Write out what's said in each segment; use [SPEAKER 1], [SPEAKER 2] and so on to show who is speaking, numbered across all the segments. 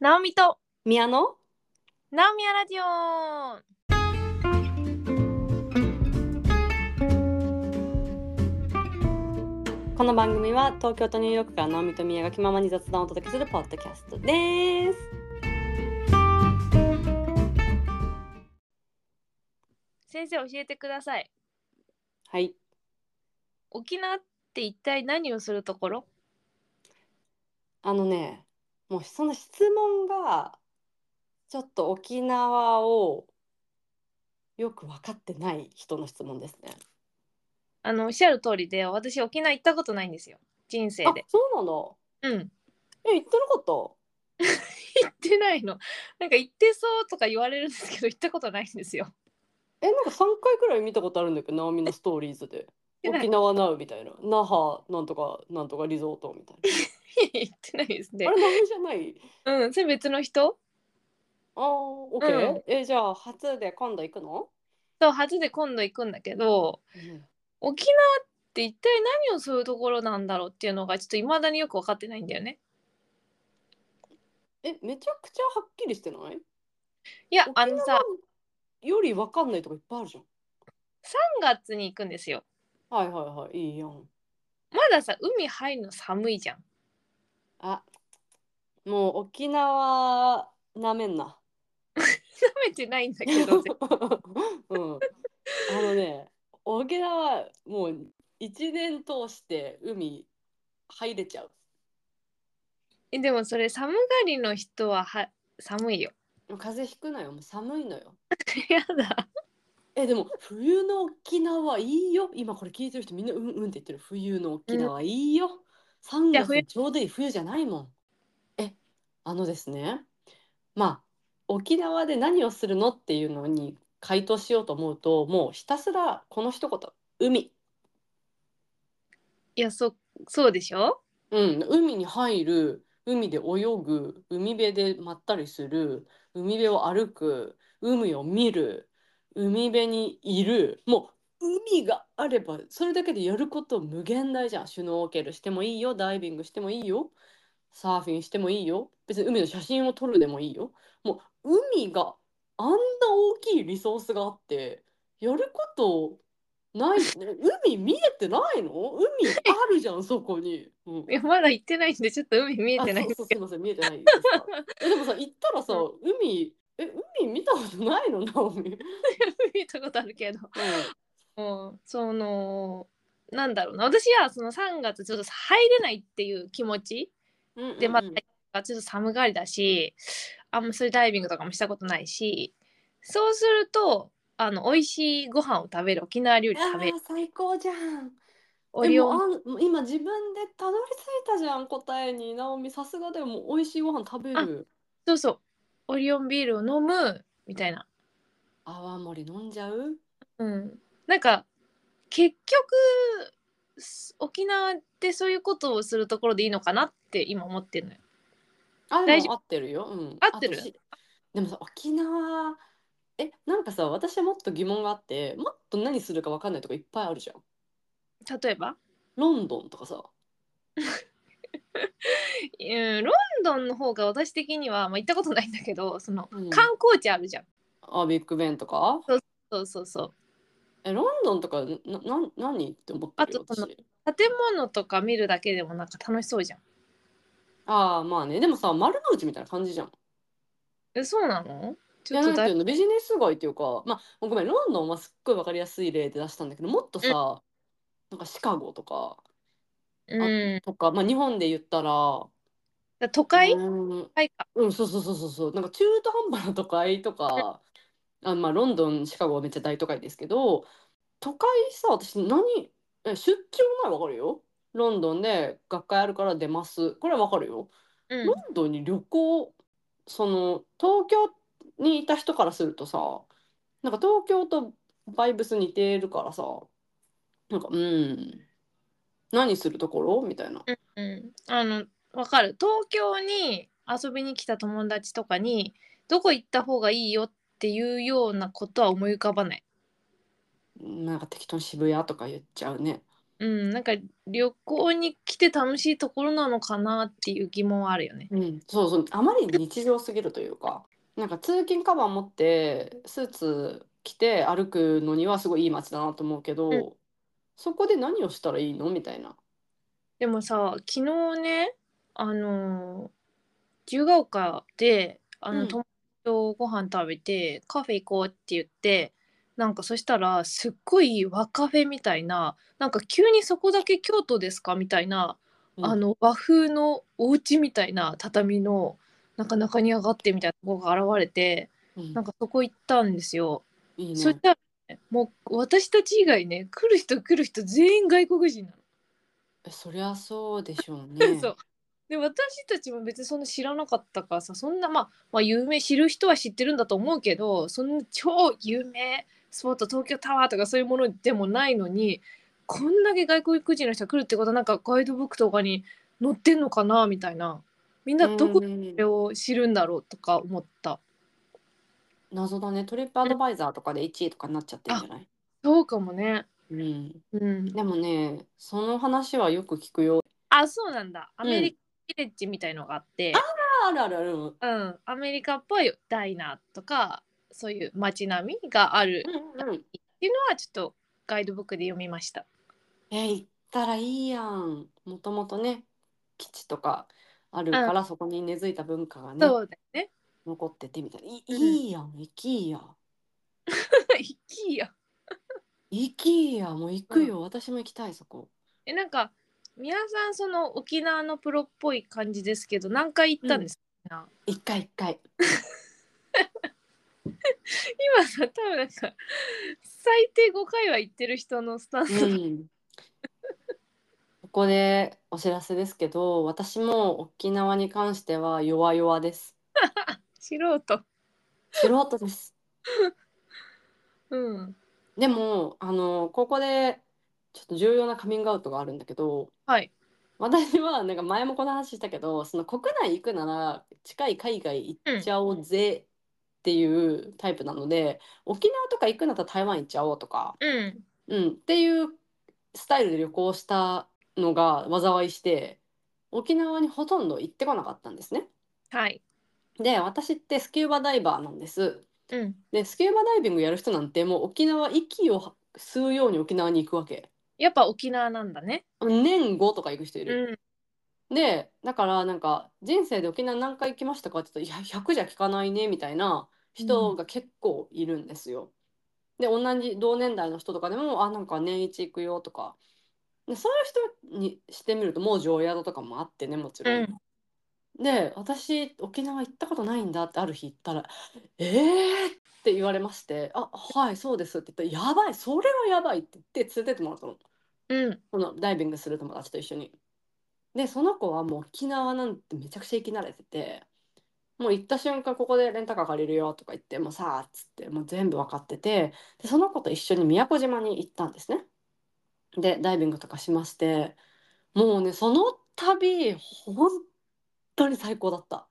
[SPEAKER 1] ナオミと
[SPEAKER 2] 宮野
[SPEAKER 1] ナオミアラジオ
[SPEAKER 2] この番組は東京とニューヨークからナオミと宮が気ままに雑談をお届けするポッドキャストです
[SPEAKER 1] 先生教えてください
[SPEAKER 2] はい
[SPEAKER 1] 沖縄って一体何をするところ
[SPEAKER 2] あのねもうその質問がちょっと沖縄をよく分かってない人の質問ですね
[SPEAKER 1] あのおっしゃる通りで私沖縄行ったことないんですよ人生
[SPEAKER 2] あ
[SPEAKER 1] で
[SPEAKER 2] そうなの
[SPEAKER 1] うん
[SPEAKER 2] え言ってなかっ
[SPEAKER 1] 行ってないのなんか行ってそうとか言われるんですけど行ったことないんですよ
[SPEAKER 2] たえなんか3回くらい見たことあるんだけどナオミのストーリーズで
[SPEAKER 1] 行ってない
[SPEAKER 2] 沖縄ナウみたいな那覇なんとかなんとかリゾートみたい
[SPEAKER 1] 行ってないですね
[SPEAKER 2] なあれナオミじゃない
[SPEAKER 1] うんそれ別の人
[SPEAKER 2] ああ、オッケ
[SPEAKER 1] う
[SPEAKER 2] ー。え、じゃあ、初で今度行くの。
[SPEAKER 1] と初で今度行くんだけど沖縄って一体何をするところなんだろうっていうのがちょっと未だによく分かってないんだよね
[SPEAKER 2] え、めちゃくちゃはっきりしてない。
[SPEAKER 1] いや
[SPEAKER 2] 沖
[SPEAKER 1] あのさ
[SPEAKER 2] 縄よりわかんないとこいっぱいあるじゃん。
[SPEAKER 1] 3月に行くんですよ
[SPEAKER 2] はいはいはい、いいやん。
[SPEAKER 1] まださ海入るの寒いじゃん
[SPEAKER 2] あ。もう沖縄。なめんな。
[SPEAKER 1] 冷めてないんだ
[SPEAKER 2] う
[SPEAKER 1] け ど
[SPEAKER 2] ん。あのね。沖縄、もう。一年通して海。入れちゃう。
[SPEAKER 1] えでもそれ寒がりの人はは寒 いよ
[SPEAKER 2] もう風邪ひくなよ、もう寒いのよ。
[SPEAKER 1] やだ
[SPEAKER 2] えでも冬の沖縄いいよ今これ聞いてる人みんなうんうんって言ってる冬の沖縄いいよ、3
[SPEAKER 1] じゃあ冬
[SPEAKER 2] 月ちょうどいい冬じゃないもんえあのですねまあ沖縄で何をするのっていうのに回答しようと思うともうひたすらこの一言海
[SPEAKER 1] いやそそうでしょ
[SPEAKER 2] うん海に入る海で泳ぐ海辺でまったりする海辺を歩く海を見る海辺にいるもう海があればそれだけでやること無限大じゃんシュノーケルしてもいいよダイビングしてもいいよサーフィンしてもいいよ別に海の写真を撮るでもいいよもう海があんな大きいリソースがあってやることない、ね、海見えてないの海あるじゃんそこに、うん
[SPEAKER 1] いやまだ行ってないんでちょっと海見えてないん
[SPEAKER 2] あ
[SPEAKER 1] で
[SPEAKER 2] そ
[SPEAKER 1] す
[SPEAKER 2] うそうす
[SPEAKER 1] け
[SPEAKER 2] い
[SPEAKER 1] ど
[SPEAKER 2] ません見えてないですか えでもさ行ったらさ海え海見たことないのナオミ、うん、
[SPEAKER 1] 見たことあるけどもうそのなんだろうな私はその3月ちょっと入れないっていう気持ち
[SPEAKER 2] うんうん
[SPEAKER 1] でま
[SPEAKER 2] うん
[SPEAKER 1] たちょっと寒がりだしあんまそういうダイビングとかもしたことないしそうするとあの美味しいご飯を食べる沖縄料理食べ
[SPEAKER 2] あ
[SPEAKER 1] る
[SPEAKER 2] ー最高じゃん
[SPEAKER 1] オ
[SPEAKER 2] え
[SPEAKER 1] リ
[SPEAKER 2] もう
[SPEAKER 1] オン
[SPEAKER 2] あん今自分でたどり着いたじゃん答えにナオミさすがでもう美味しいご飯食べる
[SPEAKER 1] そうそうオリオンビールを飲むみたいな、
[SPEAKER 2] 泡盛飲んじゃう
[SPEAKER 1] うん、なんか結局す沖縄ってそういうことをするところでいいのかなって今思ってるのよ。
[SPEAKER 2] あで
[SPEAKER 1] 大
[SPEAKER 2] も
[SPEAKER 1] 丈
[SPEAKER 2] 合ってるよ、うん、
[SPEAKER 1] 合ってる
[SPEAKER 2] あとしでもさ沖縄えなんかさ私はもっと疑問があってもっと何するか分かんないとこいっぱいあるじゃん
[SPEAKER 1] 例えば
[SPEAKER 2] ロンドンとかさ
[SPEAKER 1] うんロンドンの方が私的には、まあ、行ったことないんだけどその
[SPEAKER 2] うん
[SPEAKER 1] 観光地あるじゃん、
[SPEAKER 2] あビッグベンとか
[SPEAKER 1] そうそうそう
[SPEAKER 2] えロンドンとかなな何って思ってるよ
[SPEAKER 1] あとその
[SPEAKER 2] 私
[SPEAKER 1] 建物とか見るだけでもなんか楽しそうじゃん
[SPEAKER 2] ああまあねでもさ丸の内みたいな感じじゃん
[SPEAKER 1] えそうなのち
[SPEAKER 2] い
[SPEAKER 1] ょ
[SPEAKER 2] や
[SPEAKER 1] っ
[SPEAKER 2] な
[SPEAKER 1] と
[SPEAKER 2] んて
[SPEAKER 1] だ
[SPEAKER 2] い
[SPEAKER 1] いう
[SPEAKER 2] のビジネス街っていうかまあごめんロンドンはすっごい分かりやすい例で出したんだけどもっとさ、なんかシカゴとか
[SPEAKER 1] うん
[SPEAKER 2] とかまあ日本で言ったら
[SPEAKER 1] だ都会、
[SPEAKER 2] う
[SPEAKER 1] 都
[SPEAKER 2] ーん
[SPEAKER 1] 会か
[SPEAKER 2] うん、そうそうそうそうそう、なんか中途半端な都会とか、あ、まあロンドン、シカゴはめっちゃ大都会ですけど、都会さ、私何、え、出張ならわかるよ。ロンドンで学会あるから出ます。これはわかるよ。
[SPEAKER 1] うん
[SPEAKER 2] ロンドンに旅行、その東京にいた人からするとさ、なんか東京とバイブス似てるからさ、なんかうん、何するところみたいな。
[SPEAKER 1] うんうんあのわかる東京に遊びに来た友達とかにどこ行った方がいいよっていうようなことは思い浮かばない
[SPEAKER 2] なんか適当に渋谷とか言っちゃうね。
[SPEAKER 1] うん、なんか旅行に来て楽しいところなのかなっていう疑問はあるよね。
[SPEAKER 2] うん、そうそう、あまりに日常すぎるというか、なんか通勤カバン持ってスーツ着て歩くのにはすごいいい街だなと思うけど、
[SPEAKER 1] うん
[SPEAKER 2] そこで何をしたらいいのみたいな。
[SPEAKER 1] でもさ昨日ねあのー自由が丘であの、
[SPEAKER 2] うん
[SPEAKER 1] 友達とご飯食べてカフェ行こうって言ってなんかそしたらすっごい和カフェみたいななんか急にそこだけ京都ですかみたいな、
[SPEAKER 2] うん
[SPEAKER 1] あの和風のお家みたいな畳のなんか中に上がってみたいな子が現れて
[SPEAKER 2] うん
[SPEAKER 1] なんかそこ行ったんですよ。
[SPEAKER 2] いい
[SPEAKER 1] そし
[SPEAKER 2] ね。
[SPEAKER 1] たらね、もう私たち以外ね来る人来る人全員外国人なの。
[SPEAKER 2] えそりゃそうでしょうね。
[SPEAKER 1] そうで私たちも別にそんな知らなかったからさそんな、まあ、まあ有名知る人は知ってるんだと思うけどそんな超有名スポット東京タワーとかそういうものでもないのにこんだけ外国人の人が来るってことはなんかガイドブックとかに載ってんのかなみたいなみんなどこで
[SPEAKER 2] うん
[SPEAKER 1] それを知るんだろうとか思った
[SPEAKER 2] 謎だね。トリップアドバイザーとかで1位とかになっちゃってるんじゃない
[SPEAKER 1] そうかもね
[SPEAKER 2] うん。
[SPEAKER 1] うん
[SPEAKER 2] でもね、その話はよく聞くよ。
[SPEAKER 1] あそうなんだアメリカビレッジみたいのがあって、
[SPEAKER 2] あるあるある。うん
[SPEAKER 1] うん、アメリカっぽいダイナーとかそういう街並みがある
[SPEAKER 2] うん。
[SPEAKER 1] っていうのはちょっとガイドブックで読みました。
[SPEAKER 2] え、行ったらいいやん。もともとね、基地とかあるから、そこに根付いた文化がね、
[SPEAKER 1] そうだよね。
[SPEAKER 2] 残っててみたいな。い
[SPEAKER 1] うん
[SPEAKER 2] いいやん、行きいや。
[SPEAKER 1] いきや。
[SPEAKER 2] 行きいや、もう行くよ。私も行きたい、そこ。
[SPEAKER 1] えなんか皆さんその沖縄のプロっぽい感じですけど何回行ったんですか、
[SPEAKER 2] 一回一回。
[SPEAKER 1] 今さ多分なんか 最低5回は行ってる人のスタンス。
[SPEAKER 2] うんここでお知らせですけど、私も沖縄に関しては弱々です。
[SPEAKER 1] 素人。
[SPEAKER 2] 素人です。
[SPEAKER 1] うん。
[SPEAKER 2] でも、あの、ここでちょっと重要なカミングアウトがあるんだけど、
[SPEAKER 1] はい。
[SPEAKER 2] 私はなんか前もこの話したけど、その国内行くなら近い海外行っちゃおうぜっていうタイプなので、沖縄とか行くなら台湾行っちゃおうとか、
[SPEAKER 1] うん。
[SPEAKER 2] うん、っていうスタイルで旅行したのが災いして沖縄にほとんど行ってこなかったんですね。
[SPEAKER 1] はい。
[SPEAKER 2] で私ってスキューバダイバーなんです。
[SPEAKER 1] うん。
[SPEAKER 2] でスキューバダイビングやる人なんてもう沖縄息を吸うように沖縄に行くわけ。
[SPEAKER 1] やっぱ沖縄なんだね。
[SPEAKER 2] 年5とか行く人いる。
[SPEAKER 1] うん。
[SPEAKER 2] でだからなんか人生で沖縄何回行きましたかって言うと「いや100じゃ聞かないね」みたいな人が結構いるんですよ。で同じ同年代の人とかでも「あなんか年一行くよ」とかでそういう人にしてみるともう常宿とかもあってねもちろん。
[SPEAKER 1] うん
[SPEAKER 2] で私沖縄行ったことないんだってある日言ったら「えー!」って言われまして「あはいそうです」って言ったら「やばいそれはやばい」って言って連れてってもらったの。
[SPEAKER 1] うん。
[SPEAKER 2] そのダイビングする友達と一緒に。でその子はもう沖縄なんてめちゃくちゃ行き慣れててもう行った瞬間ここでレンタカー借りるよとか言ってもうさあっつってもう全部分かっててでその子と一緒に宮古島に行ったんですね。でダイビングとかしましてもうねその旅本当に最高だった。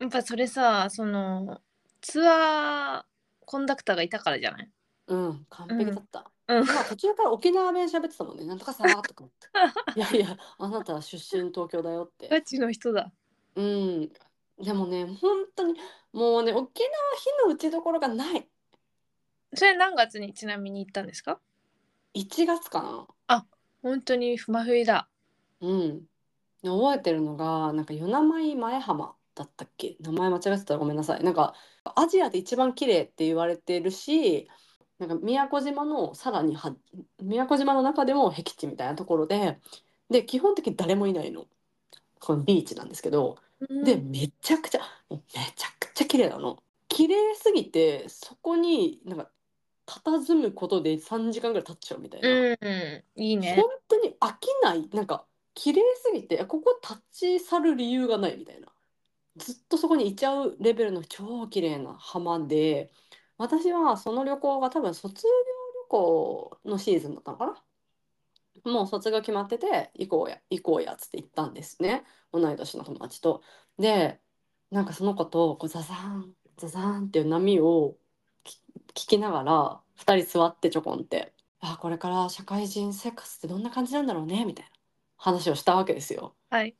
[SPEAKER 1] やっぱそれさそのツアーコンダクターがいたからじゃない
[SPEAKER 2] うん、完璧だった。
[SPEAKER 1] うんうん
[SPEAKER 2] まあ途中から沖縄弁喋ってたもんね、なんとかさーと か思って。いやいや、あなたは出身東京だよって。
[SPEAKER 1] ガチの人だ。
[SPEAKER 2] うん、でもね、本当にもうね、沖縄火の打ちどころがない。
[SPEAKER 1] それ何月にちなみに行ったんですか
[SPEAKER 2] 1月かな。
[SPEAKER 1] 本当に真冬だ。
[SPEAKER 2] うん。で覚えてるのが、なんか与那米前浜だったっけ名前間違ってたらごめんなさい。なんか、アジアで一番綺麗って言われてるし、なんか宮古島のさらには、宮古島の中でも僻地みたいなところで、で、基本的に誰もいないの。このビーチなんですけど、で、めちゃくちゃ、もうめちゃくちゃ綺麗なの。綺麗すぎて、そこになんか、佇むことで3時間ぐらい経っちゃうみたいな。
[SPEAKER 1] うん、いいね
[SPEAKER 2] 本。当に飽きない、なんか、綺麗すぎて、ここ立ち去る理由がないみたいな。ずっとそこにいちゃうレベルの超綺麗な浜で、私はその旅行が多分卒業旅行のシーズンだったのかな。もう卒業決まってて、行こうや、行こうやっつって行ったんですね。同い年の友達と。で、なんかその子とこうザザーン、ザザーンっていう波をき聞きながら、二人座ってちょこんって。あこれから社会人生活ってどんな感じなんだろうねみたいな話をしたわけですよ。
[SPEAKER 1] はい。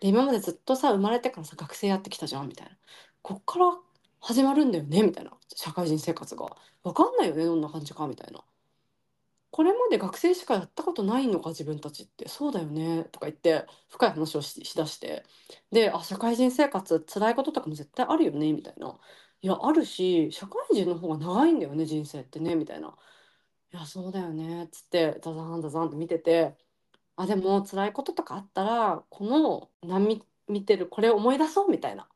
[SPEAKER 2] で今までずっとさ生まれてからさ学生やってきたじゃんみたいなこっから始まるんだよねみたいな社会人生活が分かんないよねどんな感じかみたいなこれまで学生しかやったことないのか自分たちってそうだよねとか言って深い話をし、しだしてであ社会人生活辛いこととかも絶対あるよねみたいないやあるし社会人の方が長いんだよね人生ってねみたいないやそうだよねっつってザザンザザンって見てて。あでも辛いこととかあったらこの波見てるこれ思い出そうみたいな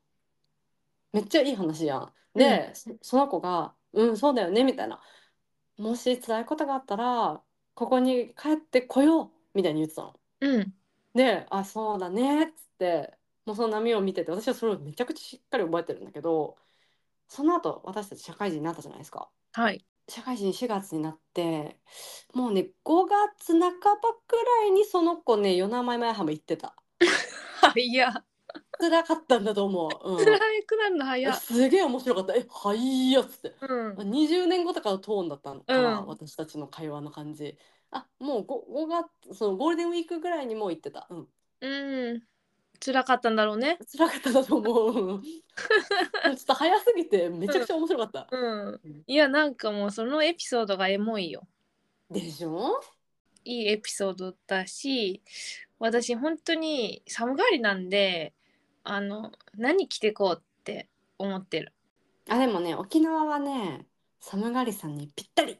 [SPEAKER 2] めっちゃいい話やん。で、そその子が「うんそうだよね」みたいな「もし辛いことがあったらここに帰ってこよう」みたいに言ってたの。
[SPEAKER 1] うん。
[SPEAKER 2] で「あそうだね」っつってもうその波を見てて私はそれをめちゃくちゃしっかり覚えてるんだけどその後私たち社会人になったじゃないですか。
[SPEAKER 1] はい。
[SPEAKER 2] 社会人4月になってもうね5月半ばくらいにその子ね与那前前浜行ってた
[SPEAKER 1] いや、
[SPEAKER 2] 辛かったんだと思う、うん
[SPEAKER 1] 辛くなるの 早い。
[SPEAKER 2] すげえ面白かったえはいやっつって
[SPEAKER 1] うん。
[SPEAKER 2] 20年後とかのトーンだったのかな、
[SPEAKER 1] うん
[SPEAKER 2] 私たちの会話の感じあもう 5, 月そのゴールデンウィークぐらいにもう行ってたうん
[SPEAKER 1] うん。辛かったんだろうね。
[SPEAKER 2] 辛かったんだと思ううんちょっと早すぎてめちゃくちゃ面白かった、
[SPEAKER 1] うん
[SPEAKER 2] うん。
[SPEAKER 1] いや、なんかもうそのエピソードがエモいよ。
[SPEAKER 2] でしょ
[SPEAKER 1] いいエピソードだし私本当に寒がりなんであの何着てこうって思ってる
[SPEAKER 2] あでもね沖縄はね寒がりさんにぴったり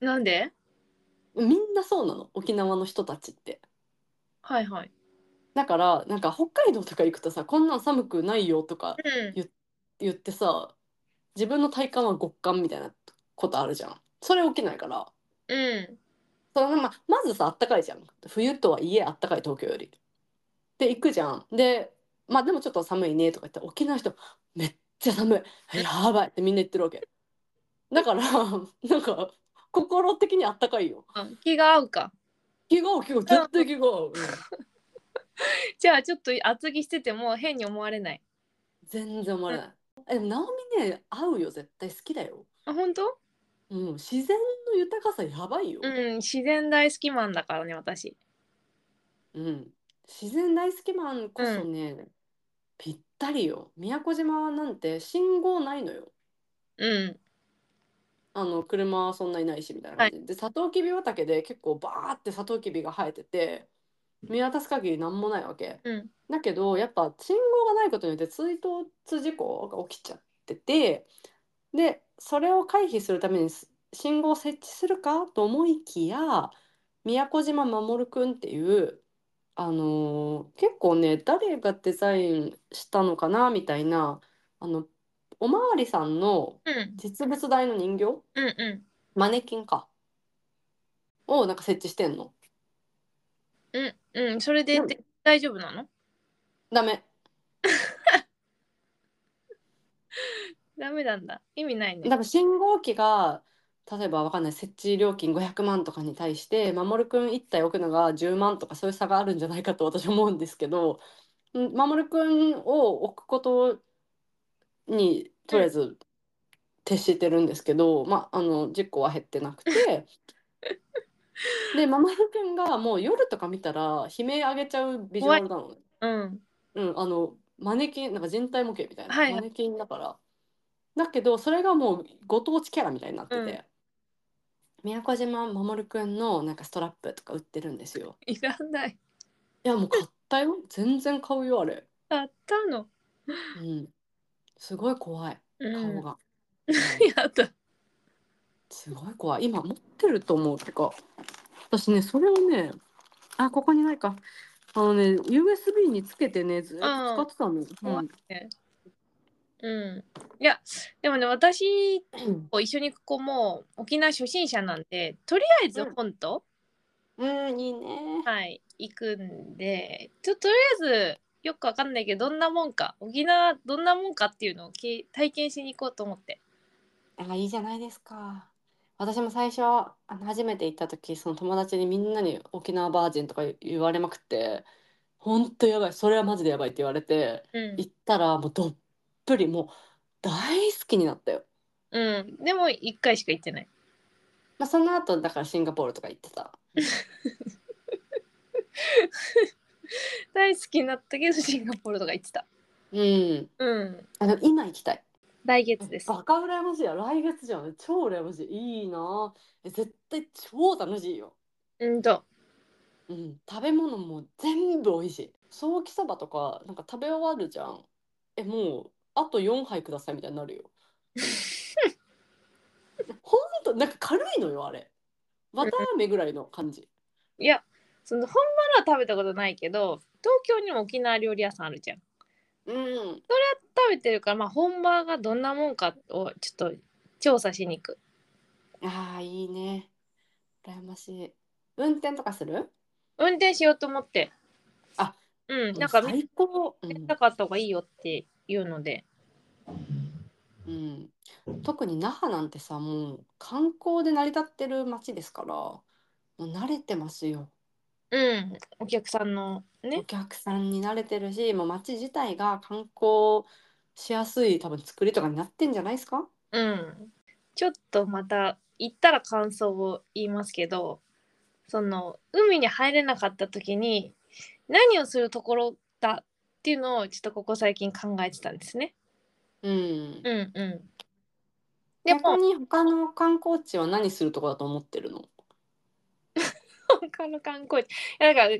[SPEAKER 1] なんで
[SPEAKER 2] みんなそうなの沖縄の人たちって
[SPEAKER 1] はいはい
[SPEAKER 2] だからなんか北海道とか行くとさこんなん寒くないよとか
[SPEAKER 1] うん
[SPEAKER 2] 言ってさ自分の体感は極寒みたいなことあるじゃんそれ起きないから
[SPEAKER 1] うん
[SPEAKER 2] そのまあまずさあったかいじゃん冬とはいえあったかい東京よりで行くじゃんでまあでもちょっと寒いねとか言って沖縄の人めっちゃ寒いやばいってみんな言ってるわけだからなんか心的にあったかいよ
[SPEAKER 1] あ気が合うか
[SPEAKER 2] 気が合う気が合う絶対気が合う、うん
[SPEAKER 1] じゃあちょっと厚着してても変に思われない
[SPEAKER 2] 全然思われない。え、でも、直美ね、合うよ、絶対好きだよ。
[SPEAKER 1] あ本当
[SPEAKER 2] うん、自然の豊かさやばいよ。
[SPEAKER 1] うん自然大好きマンだからね私
[SPEAKER 2] うん、自然大好きマンこそね、ぴったりよ。宮古島なんて信号ないのよ。
[SPEAKER 1] うん
[SPEAKER 2] あの車はそんなにないしみたいな感じで、でサトウキビ畑で結構バーってサトウキビが生えてて見渡す限り何もないわけ
[SPEAKER 1] うん
[SPEAKER 2] だけどやっぱ信号がないことによって追突事故が起きちゃっててでそれを回避するためにす信号を設置するかと思いきや宮古島守くんっていう、あのー結構ね誰がデザインしたのかなみたいなあのおまわりさんの
[SPEAKER 1] うん
[SPEAKER 2] 実物大の人形
[SPEAKER 1] うんうん
[SPEAKER 2] マネキンか。をなんか設置してんの。
[SPEAKER 1] うんうんそれで
[SPEAKER 2] うん
[SPEAKER 1] で大丈夫なの
[SPEAKER 2] ダメ。
[SPEAKER 1] ダメなんだ意味ない
[SPEAKER 2] だ
[SPEAKER 1] ね
[SPEAKER 2] から信号機が例えばわかんない設置料金500万とかに対して守くん1体置くのが10万とかそういう差があるんじゃないかと私は思うんですけどん守くんを置くことにとりあえず徹してるんですけど、まああの事故は減ってなくて。で守くんがもう夜とか見たら悲鳴上げちゃうビジュアルなのね。
[SPEAKER 1] うん
[SPEAKER 2] うん、あのマネキンなんか人体模型みたいな、
[SPEAKER 1] はいはい
[SPEAKER 2] マネキンだからだけどそれがもうご当地キャラみたいになってて、
[SPEAKER 1] うん
[SPEAKER 2] 宮古島守くんのなんかストラップとか売ってるんですよ
[SPEAKER 1] いらない
[SPEAKER 2] いやもう買ったよ全然買うよあれ、
[SPEAKER 1] あったの
[SPEAKER 2] うん、すごい怖い
[SPEAKER 1] うん
[SPEAKER 2] 顔が、
[SPEAKER 1] やだ
[SPEAKER 2] すごい怖い今持ってると思うてか私ねそれをねあここにないかあのね USB につけてねずっと使ってたの、
[SPEAKER 1] 怖
[SPEAKER 2] う
[SPEAKER 1] いね。うん。いや、でもね、私
[SPEAKER 2] ん
[SPEAKER 1] と一緒にここも沖縄初心者なんで、とりあえず本島、
[SPEAKER 2] うん、いいね
[SPEAKER 1] はい、行くんで、ちょっととりあえず、よくわかんないけど、どんなもんか、沖縄どんなもんかっていうのをき体験しに行こうと思って。
[SPEAKER 2] あ、いいじゃないですか。私も最初、あの初めて行った時、その友達にみんなに沖縄バージンとか言われまくって、ほんとやばい、それはマジでやばいって言われて、
[SPEAKER 1] うん
[SPEAKER 2] 行。ったらもうどっぷり、もう大好きになったよ。
[SPEAKER 1] うん、でも、一回しか行ってない。
[SPEAKER 2] まあ、その後だからシンガポールとか行ってた。
[SPEAKER 1] 大好きになったけどシンガポールとか行ってた
[SPEAKER 2] うん。
[SPEAKER 1] うん
[SPEAKER 2] あの今行きたい。
[SPEAKER 1] 来月です
[SPEAKER 2] バカ羨ましいや。来月じゃん。超羨ましい。いいなあ。え絶対超楽しいよ。
[SPEAKER 1] うんと
[SPEAKER 2] うん。食べ物も全部美味しい。ソーキそばとかなんか食べ終わるじゃん。えもうあと4杯くださいみたいに なるよ。ほんとなんか軽いのよあれ。わたあめぐらいの感じ。
[SPEAKER 1] いやその本場のは食べたことないけど東京にも沖縄料理屋さんあるじゃん
[SPEAKER 2] うん。
[SPEAKER 1] 食べてるから、まあ、本場がどんなもんかをちょっと調査しに行く
[SPEAKER 2] ああいいね。羨ましい。運転とかする？
[SPEAKER 1] 運転しようと思って
[SPEAKER 2] あ
[SPEAKER 1] うんなんか見
[SPEAKER 2] 最高。うん
[SPEAKER 1] たかった方がいいよっていうので
[SPEAKER 2] うん、特に那覇なんてさもう観光で成り立ってる街ですからもう慣れてますよ、
[SPEAKER 1] うんお客さんの
[SPEAKER 2] お
[SPEAKER 1] ね
[SPEAKER 2] 客さんに慣れてるしもう街自体が観光しやすい多分作りとかになってんじゃないですか
[SPEAKER 1] うんちょっとまた行ったら感想を言いますけどその海に入れなかった時に何をするところだっていうのをちょっとここ最近考えてたんですね。
[SPEAKER 2] う
[SPEAKER 1] う
[SPEAKER 2] ん
[SPEAKER 1] んうん、で
[SPEAKER 2] 逆
[SPEAKER 1] も
[SPEAKER 2] に他の観光地は何するとこだと思ってるの
[SPEAKER 1] 他の観光地いやだから海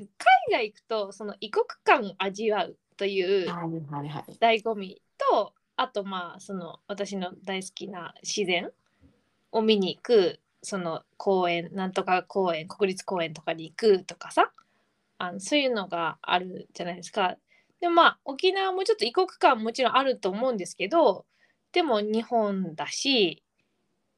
[SPEAKER 1] 外行くとその異国感を味わうという
[SPEAKER 2] はいはいはい
[SPEAKER 1] 醍醐味とあとまあその私の大好きな自然を見に行くその公園なんとか公園国立公園とかに行くとかさあのそういうのがあるじゃないですか。でまあ沖縄もちょっと異国感もちろんあると思うんですけどでも日本だし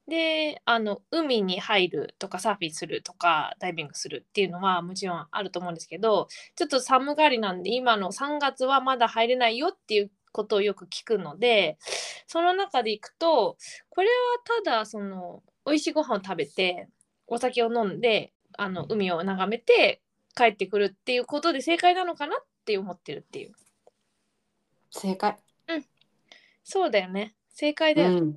[SPEAKER 1] であの海に入るとかサーフィンするとかダイビングするっていうのはもちろんあると思うんですけどちょっと寒がりなんで今の3月はまだ入れないよっていうことをよく聞くのでその中でいくとこれはただその美味しいご飯を食べてお酒を飲んであの海を眺めて帰ってくるっていうことで正解なのかなって思ってるっていう
[SPEAKER 2] 正解
[SPEAKER 1] そうだよね正解だよね、
[SPEAKER 2] うん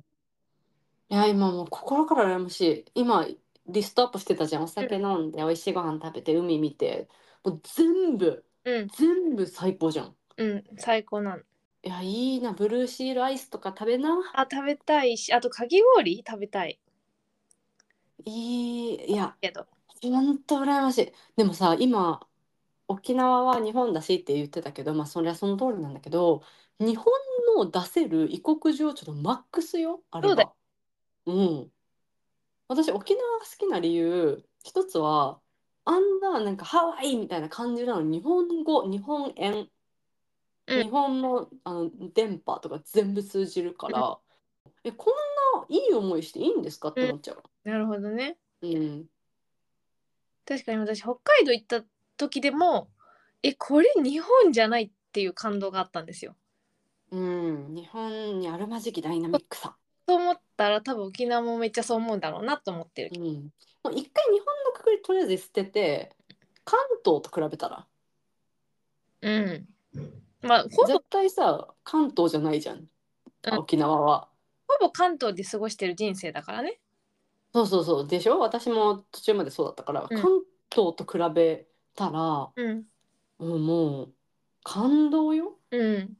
[SPEAKER 2] いや今もう心から羨ましい今リストアップしてたじゃんお酒飲んで美味しいご飯食べて海見てもう全部
[SPEAKER 1] うん
[SPEAKER 2] 全部最高じゃん
[SPEAKER 1] うん最高なの
[SPEAKER 2] いや、いいな、ブルーシールアイスとか食べな。
[SPEAKER 1] あ食べたいしあとかき氷食べたい
[SPEAKER 2] いい、いや、
[SPEAKER 1] けど
[SPEAKER 2] ほんと羨ましい。でもさ、今、沖縄は日本だしって言ってたけど、まあ、そりゃその通りなんだけど、日本の出せる異国情緒のマックスよ、あれ
[SPEAKER 1] そうだ
[SPEAKER 2] は。うん。私、沖縄が好きな理由、一つは、あんな、なんかハワイみたいな感じなの、日本語、日本円、
[SPEAKER 1] うん
[SPEAKER 2] 日本の、あの電波とか全部通じるから、え、こんないい思いしていいんですかって思っちゃう。
[SPEAKER 1] なるほどね
[SPEAKER 2] うん。
[SPEAKER 1] 確かに私北海道行った時でもえこれ日本じゃないっていう感動があったんですよ。
[SPEAKER 2] うん、日本にあるまじきダイナミックさ。
[SPEAKER 1] と思ったら多分沖縄もめっちゃそう思うんだろうなと思ってる
[SPEAKER 2] う。ん、もう一回日本のくくりとりあえず捨てて、関東と比べたら、
[SPEAKER 1] うん。まあほぼ
[SPEAKER 2] 絶対さ、関東じゃないじゃん、
[SPEAKER 1] うん
[SPEAKER 2] 沖縄は。
[SPEAKER 1] ほぼ関東で過ごしてる人生だからね。
[SPEAKER 2] そうそうそう、でしょ私も途中までそうだったから、
[SPEAKER 1] うん
[SPEAKER 2] 関東と比べたら、
[SPEAKER 1] うん。
[SPEAKER 2] うん、もう感動よ。
[SPEAKER 1] うん。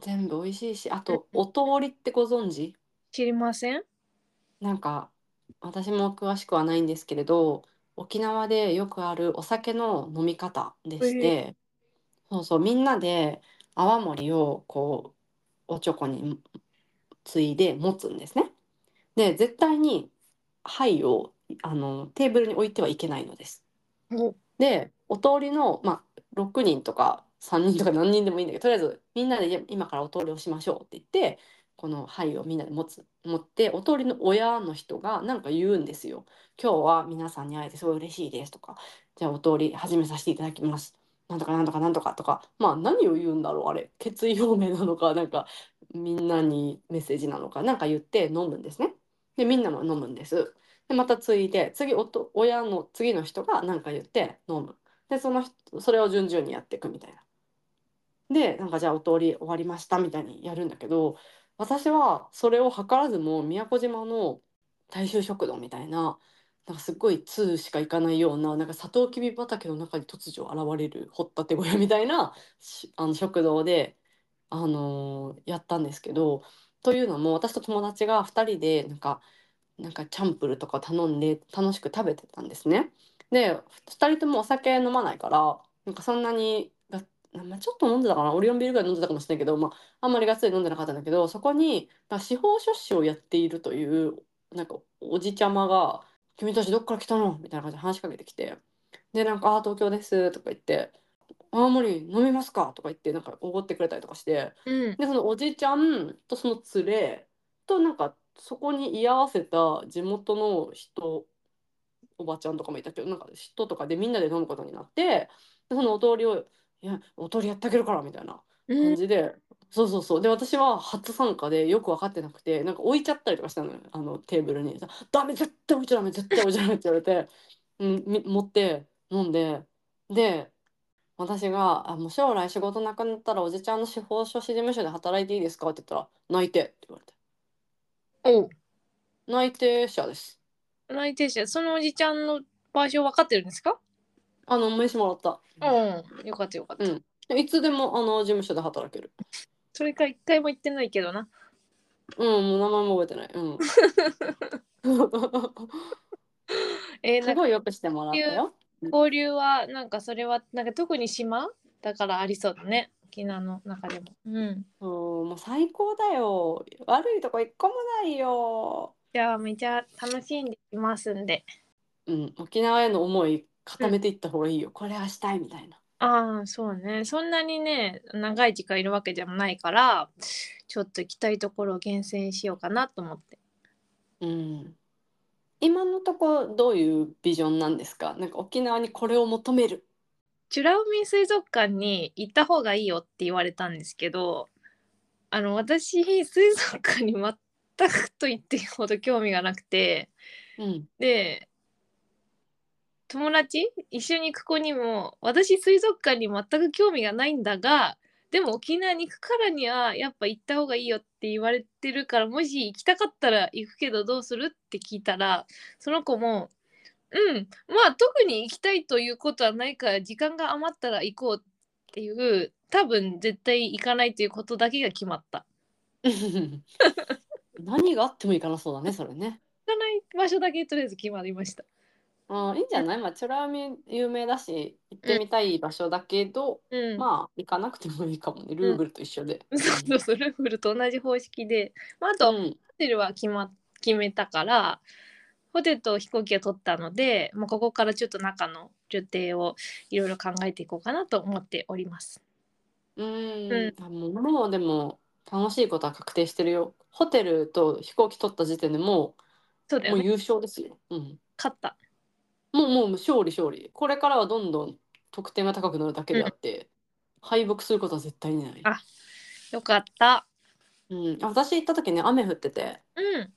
[SPEAKER 2] 全部美味しいし、あと、お通りってご存知
[SPEAKER 1] 知りません
[SPEAKER 2] なんか私も詳しくはないんですけれど沖縄でよくあるお酒の飲み方でして、そうそうみんなで泡盛をこうおちょこについで持つんですね。で絶対に杯をあのテーブルに置いてはいけないのです。
[SPEAKER 1] お
[SPEAKER 2] でお通りの、まあ、6人とか3人とか何人でもいいんだけどとりあえずみんなでいや今からお通りをしましょうって言ってこの牌をみんなで持つ持ってお通りの親の人がなんか言うんですよ。今日は皆さんに会えてすごい嬉しいですとかじゃあお通り始めさせていただきます。なんとかなんとかなんとかとかまあ何を言うんだろうあれ決意表明なのかなんかみんなにメッセージなのかなんか言って飲むんですね。でみんなも飲むんです。でまたついで次おと親の次の人が何か言って飲むでその人それを順々にやっていくみたいなでなんかじゃあお通り終わりましたみたいにやるんだけど私はそれを図らずも宮古島の大衆食堂みたいななんかすっごい通しか行かないようななんかサトウキビ畑の中に突如現れる掘ったて小屋みたいなし あの食堂で、あのーやったんですけどというのも私と友達が2人でなんかなんかチャンプルとか頼んで楽しく食べてたんですね。で2人ともお酒飲まないからなんかそんなにが、まあ、ちょっと飲んでたかなオリオンビールぐらい飲んでたかもしれないけど、まあ、あんまりがっつり飲んでなかったんだけどそこになんか司法書士をやっているというなんかおじちゃまが「君たちどっから来たの?」みたいな感じで話しかけてきてでなんか「あー東京です」とか言って「青森飲みますか?」とか言ってなんかおごってくれたりとかして
[SPEAKER 1] うん
[SPEAKER 2] でそのおじちゃんとその連れとなんかそこに居合わせた地元の人おばちゃんとかもいたけどなんか人とかでみんなで飲むことになってでそのお通りを「いやお通りやってあげるから」みたいな
[SPEAKER 1] う
[SPEAKER 2] 感
[SPEAKER 1] ん
[SPEAKER 2] じで、そうそうそうで私は初参加でよく分かってなくてなんか置いちゃったりとかしたのよあのテーブルにさ「ダメ絶対置いちゃダメ絶対置いちゃダメ」って言われて、 うん、み持って飲んでで私があ「もう将来仕事なくなったらおじちゃんの司法書士事務所で働いていいですか?」って言ったら「内定」って言われて
[SPEAKER 1] おう
[SPEAKER 2] 「内定者です」
[SPEAKER 1] 内定者そのおじちゃんの場所分かってるんですか
[SPEAKER 2] あの名刺もらった
[SPEAKER 1] うんよかったよかった、
[SPEAKER 2] うんでいつでもあの事務所で働ける
[SPEAKER 1] それから一回も行ってないけどな
[SPEAKER 2] うんもう名前も覚えてないうん
[SPEAKER 1] え ー、な
[SPEAKER 2] す
[SPEAKER 1] んか
[SPEAKER 2] ごいよくしてもらったよ
[SPEAKER 1] 交流はなんかそれはなんか特に島だからありそうだね沖縄の中でもうん
[SPEAKER 2] そう、もう最高だよ。悪いとこ一個もないよ。
[SPEAKER 1] じゃあめちゃ楽しんできますんで
[SPEAKER 2] うん、沖縄への思い固めていった方がいいよ。これはしたいみたいな。
[SPEAKER 1] ああそうねそんなにね長い時間いるわけでもないからちょっと行きたいところを厳選しようかなと思って
[SPEAKER 2] うん。今のとこどういうビジョンなんですか。なんか沖縄にこれを求める。
[SPEAKER 1] 美ら海水族館に行った方がいいよって言われたんですけどあの私水族館に全くと言っていいほど興味がなくて
[SPEAKER 2] うん。
[SPEAKER 1] で友達一緒に行く子にも私水族館に全く興味がないんだがでも沖縄に行くからにはやっぱ行った方がいいよって言われてるからもし行きたかったら行くけどどうするって聞いたらその子も「うんまあ特に行きたいということはないから時間が余ったら行こう」っていう多分絶対行かないということだけが決まった。
[SPEAKER 2] 何があってもいいかなそうだね。それね。
[SPEAKER 1] 行かない場所だけとりあえず決まりました。
[SPEAKER 2] うん、いいんじゃない。まあ、美ら海有名だし、行ってみたい場所だけど、
[SPEAKER 1] うん、
[SPEAKER 2] まあ、行かなくてもいいかもね。ルーブルと一緒で。
[SPEAKER 1] そうそうそうルーフルと同じ方式で、まあ、あとは
[SPEAKER 2] う
[SPEAKER 1] ホ
[SPEAKER 2] ん。
[SPEAKER 1] テルは決,、ま、決めたからホテルと飛行機を取ったので、まあ、ここからちょっと中の予定をいろいろ考えていこうかなと思っております。
[SPEAKER 2] う
[SPEAKER 1] う
[SPEAKER 2] ーん、あもうもうでも楽しいことは確定してるよ。ホテルと飛行機取った時点でも
[SPEAKER 1] そうだ
[SPEAKER 2] う、も
[SPEAKER 1] よ
[SPEAKER 2] う
[SPEAKER 1] ね
[SPEAKER 2] 優勝ですよ。うん。
[SPEAKER 1] 勝った
[SPEAKER 2] もうもう勝利勝利。これからはどんどん得点が高くなるだけであって、敗北することは絶対にない。
[SPEAKER 1] あよかった。
[SPEAKER 2] うん、あ私行った時ね、雨降ってて、
[SPEAKER 1] うん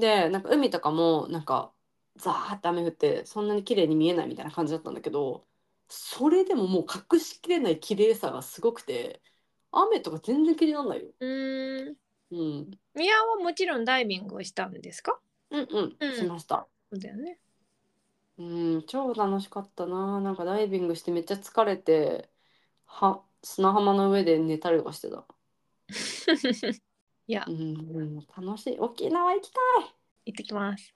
[SPEAKER 2] で、なんか海とかもなんかザーって雨降って、そんなに綺麗に見えないみたいな感じだったんだけど、それでももう隠しきれない綺麗さがすごくて、雨とか全然気にならないよ。
[SPEAKER 1] うーん
[SPEAKER 2] うん。
[SPEAKER 1] 宮はもちろんダイビングをしたんですか
[SPEAKER 2] うん
[SPEAKER 1] う
[SPEAKER 2] うんん、しました。
[SPEAKER 1] そうだよね。
[SPEAKER 2] うん、超楽しかったな。なんかダイビングしてめっちゃ疲れて、は、砂浜の上で寝たりとかしてた。
[SPEAKER 1] いや
[SPEAKER 2] うん、うん楽しい。沖縄行きたい。
[SPEAKER 1] 行ってきます。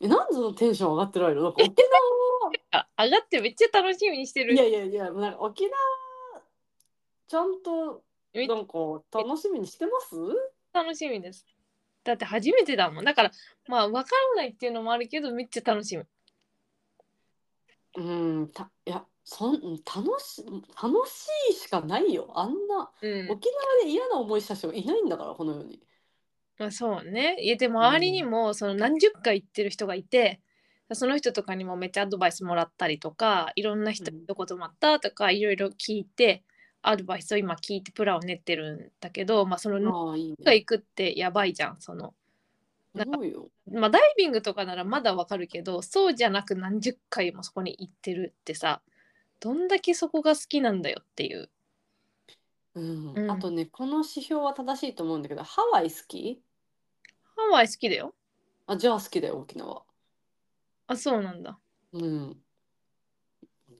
[SPEAKER 2] え、なんでそのテンション上がってないのなんか沖
[SPEAKER 1] あ上がってめっちゃ楽しみにして
[SPEAKER 2] 縄、
[SPEAKER 1] る
[SPEAKER 2] い。やいやいや、なんか沖縄、ちゃんと、
[SPEAKER 1] めっ
[SPEAKER 2] なんか楽しみにしてます
[SPEAKER 1] 楽しみです。だって初めてだもん。だから、まあ、わからないっていうのもあるけど、めっちゃ楽しみ。
[SPEAKER 2] うん、た、いや、そん、楽し、楽しいしかないよ。あんな、
[SPEAKER 1] うん。
[SPEAKER 2] 沖縄で嫌な思いした人がいないんだから、この世に。
[SPEAKER 1] まあ、そうね。いや、でも周りにも、その何十回行ってる人がいて、その人とかにもめっちゃアドバイスもらったりとか、いろんな人
[SPEAKER 2] うん
[SPEAKER 1] どこ泊まったとか、いろいろ聞いて、アドバイスを今聞いてプランを練ってるんだけど、まあ、その何十
[SPEAKER 2] ああ、いい
[SPEAKER 1] 回
[SPEAKER 2] ね。
[SPEAKER 1] 行くってやばいじゃん。その、なんか
[SPEAKER 2] そうよ。
[SPEAKER 1] まあ、ダイビングとかならまだわかるけど、そうじゃなく何十回もそこに行ってるってさ、どんだけそこが好きなんだよっていう。
[SPEAKER 2] うん
[SPEAKER 1] うん
[SPEAKER 2] あとね、この指標は正しいと思うんだけど、ハワイ好き
[SPEAKER 1] ハワイ好きだよ。
[SPEAKER 2] あ、じゃあ好きだよ、沖縄。
[SPEAKER 1] あそうなんだ
[SPEAKER 2] うん。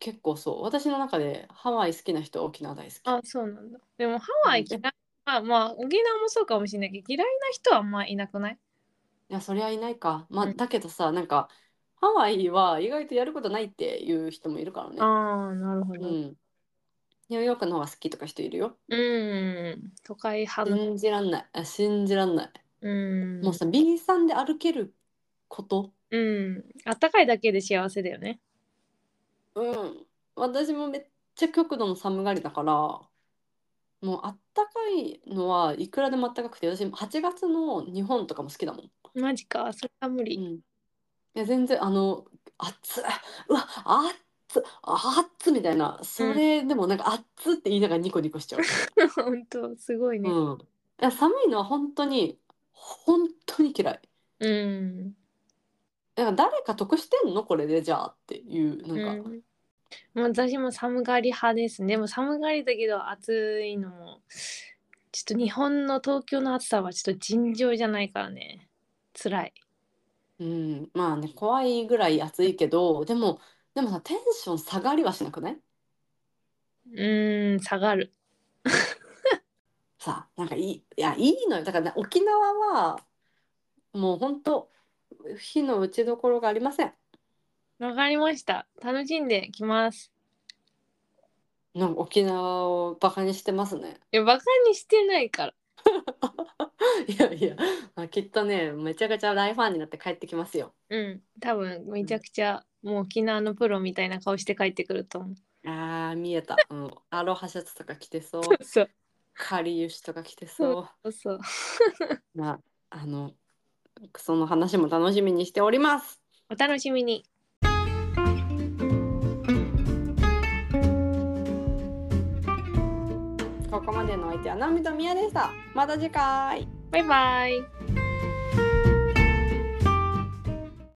[SPEAKER 2] 結構そう。私の中でハワイ好きな人は沖縄大好き。
[SPEAKER 1] あそうなんだでもハワイ嫌いあまあ沖縄もそうかもしれないけど嫌いな人はあんまいなくない
[SPEAKER 2] いや、そりゃいないか。まあ、
[SPEAKER 1] うん
[SPEAKER 2] だけどさ、なんか、ハワイは意外とやることないっていう人もいるからね。
[SPEAKER 1] ああなるほ
[SPEAKER 2] う
[SPEAKER 1] どうん
[SPEAKER 2] ん。ニューヨークの方が好きとか人いるよ。
[SPEAKER 1] ん都会派の
[SPEAKER 2] 信じらんない。あ信じらんない。
[SPEAKER 1] うん
[SPEAKER 2] もうさ、B さんで歩けること。
[SPEAKER 1] うんあったかいだけで幸せだよね
[SPEAKER 2] うん。私もめっちゃ極度の寒がりだから、もうあったかいのはいくらでもあったかくて、私8月の日本とかも好きだもん。
[SPEAKER 1] マジかそれは無
[SPEAKER 2] う
[SPEAKER 1] 理
[SPEAKER 2] ん。いや、全然、あの、暑い。うわ、暑っ、暑っみたいな。それでもなんか暑って言いながらニコニコしちゃう。
[SPEAKER 1] 本当すごいね
[SPEAKER 2] うん。いや、寒いのは本当に、本当に嫌い。
[SPEAKER 1] うん
[SPEAKER 2] なんか誰か得してんのこれでじゃあっていうなんか、
[SPEAKER 1] うんもう私も寒がり派ですねでも寒がりだけど暑いのもちょっと日本の東京の暑さはちょっと尋常じゃないからね辛い
[SPEAKER 2] うんまあね怖いぐらい暑いけどでもでもさテンション下がりはしなくないう
[SPEAKER 1] ーん下がる
[SPEAKER 2] さなんかいいいやいいのよだから、ね、沖縄はもうほんと火の打ちどころがありません
[SPEAKER 1] わかりました楽しんできます
[SPEAKER 2] なんか沖縄をバカにしてますね
[SPEAKER 1] いやバカにしてないから
[SPEAKER 2] いやいや、まあ、きっとねめちゃくちゃ大ファンになって帰ってきますよ
[SPEAKER 1] うん多分めちゃくちゃもう沖縄のプロみたいな顔して帰ってくると思
[SPEAKER 2] あー見えた、うん、アロハシャツとか着てそう
[SPEAKER 1] うそう
[SPEAKER 2] かりゆしとか着てそう
[SPEAKER 1] そうそう
[SPEAKER 2] まあ、あの、その話も楽しみにしております。
[SPEAKER 1] お楽しみに
[SPEAKER 2] ここまでのお相手は、ナミとみやでした。また次回。
[SPEAKER 1] バイバイ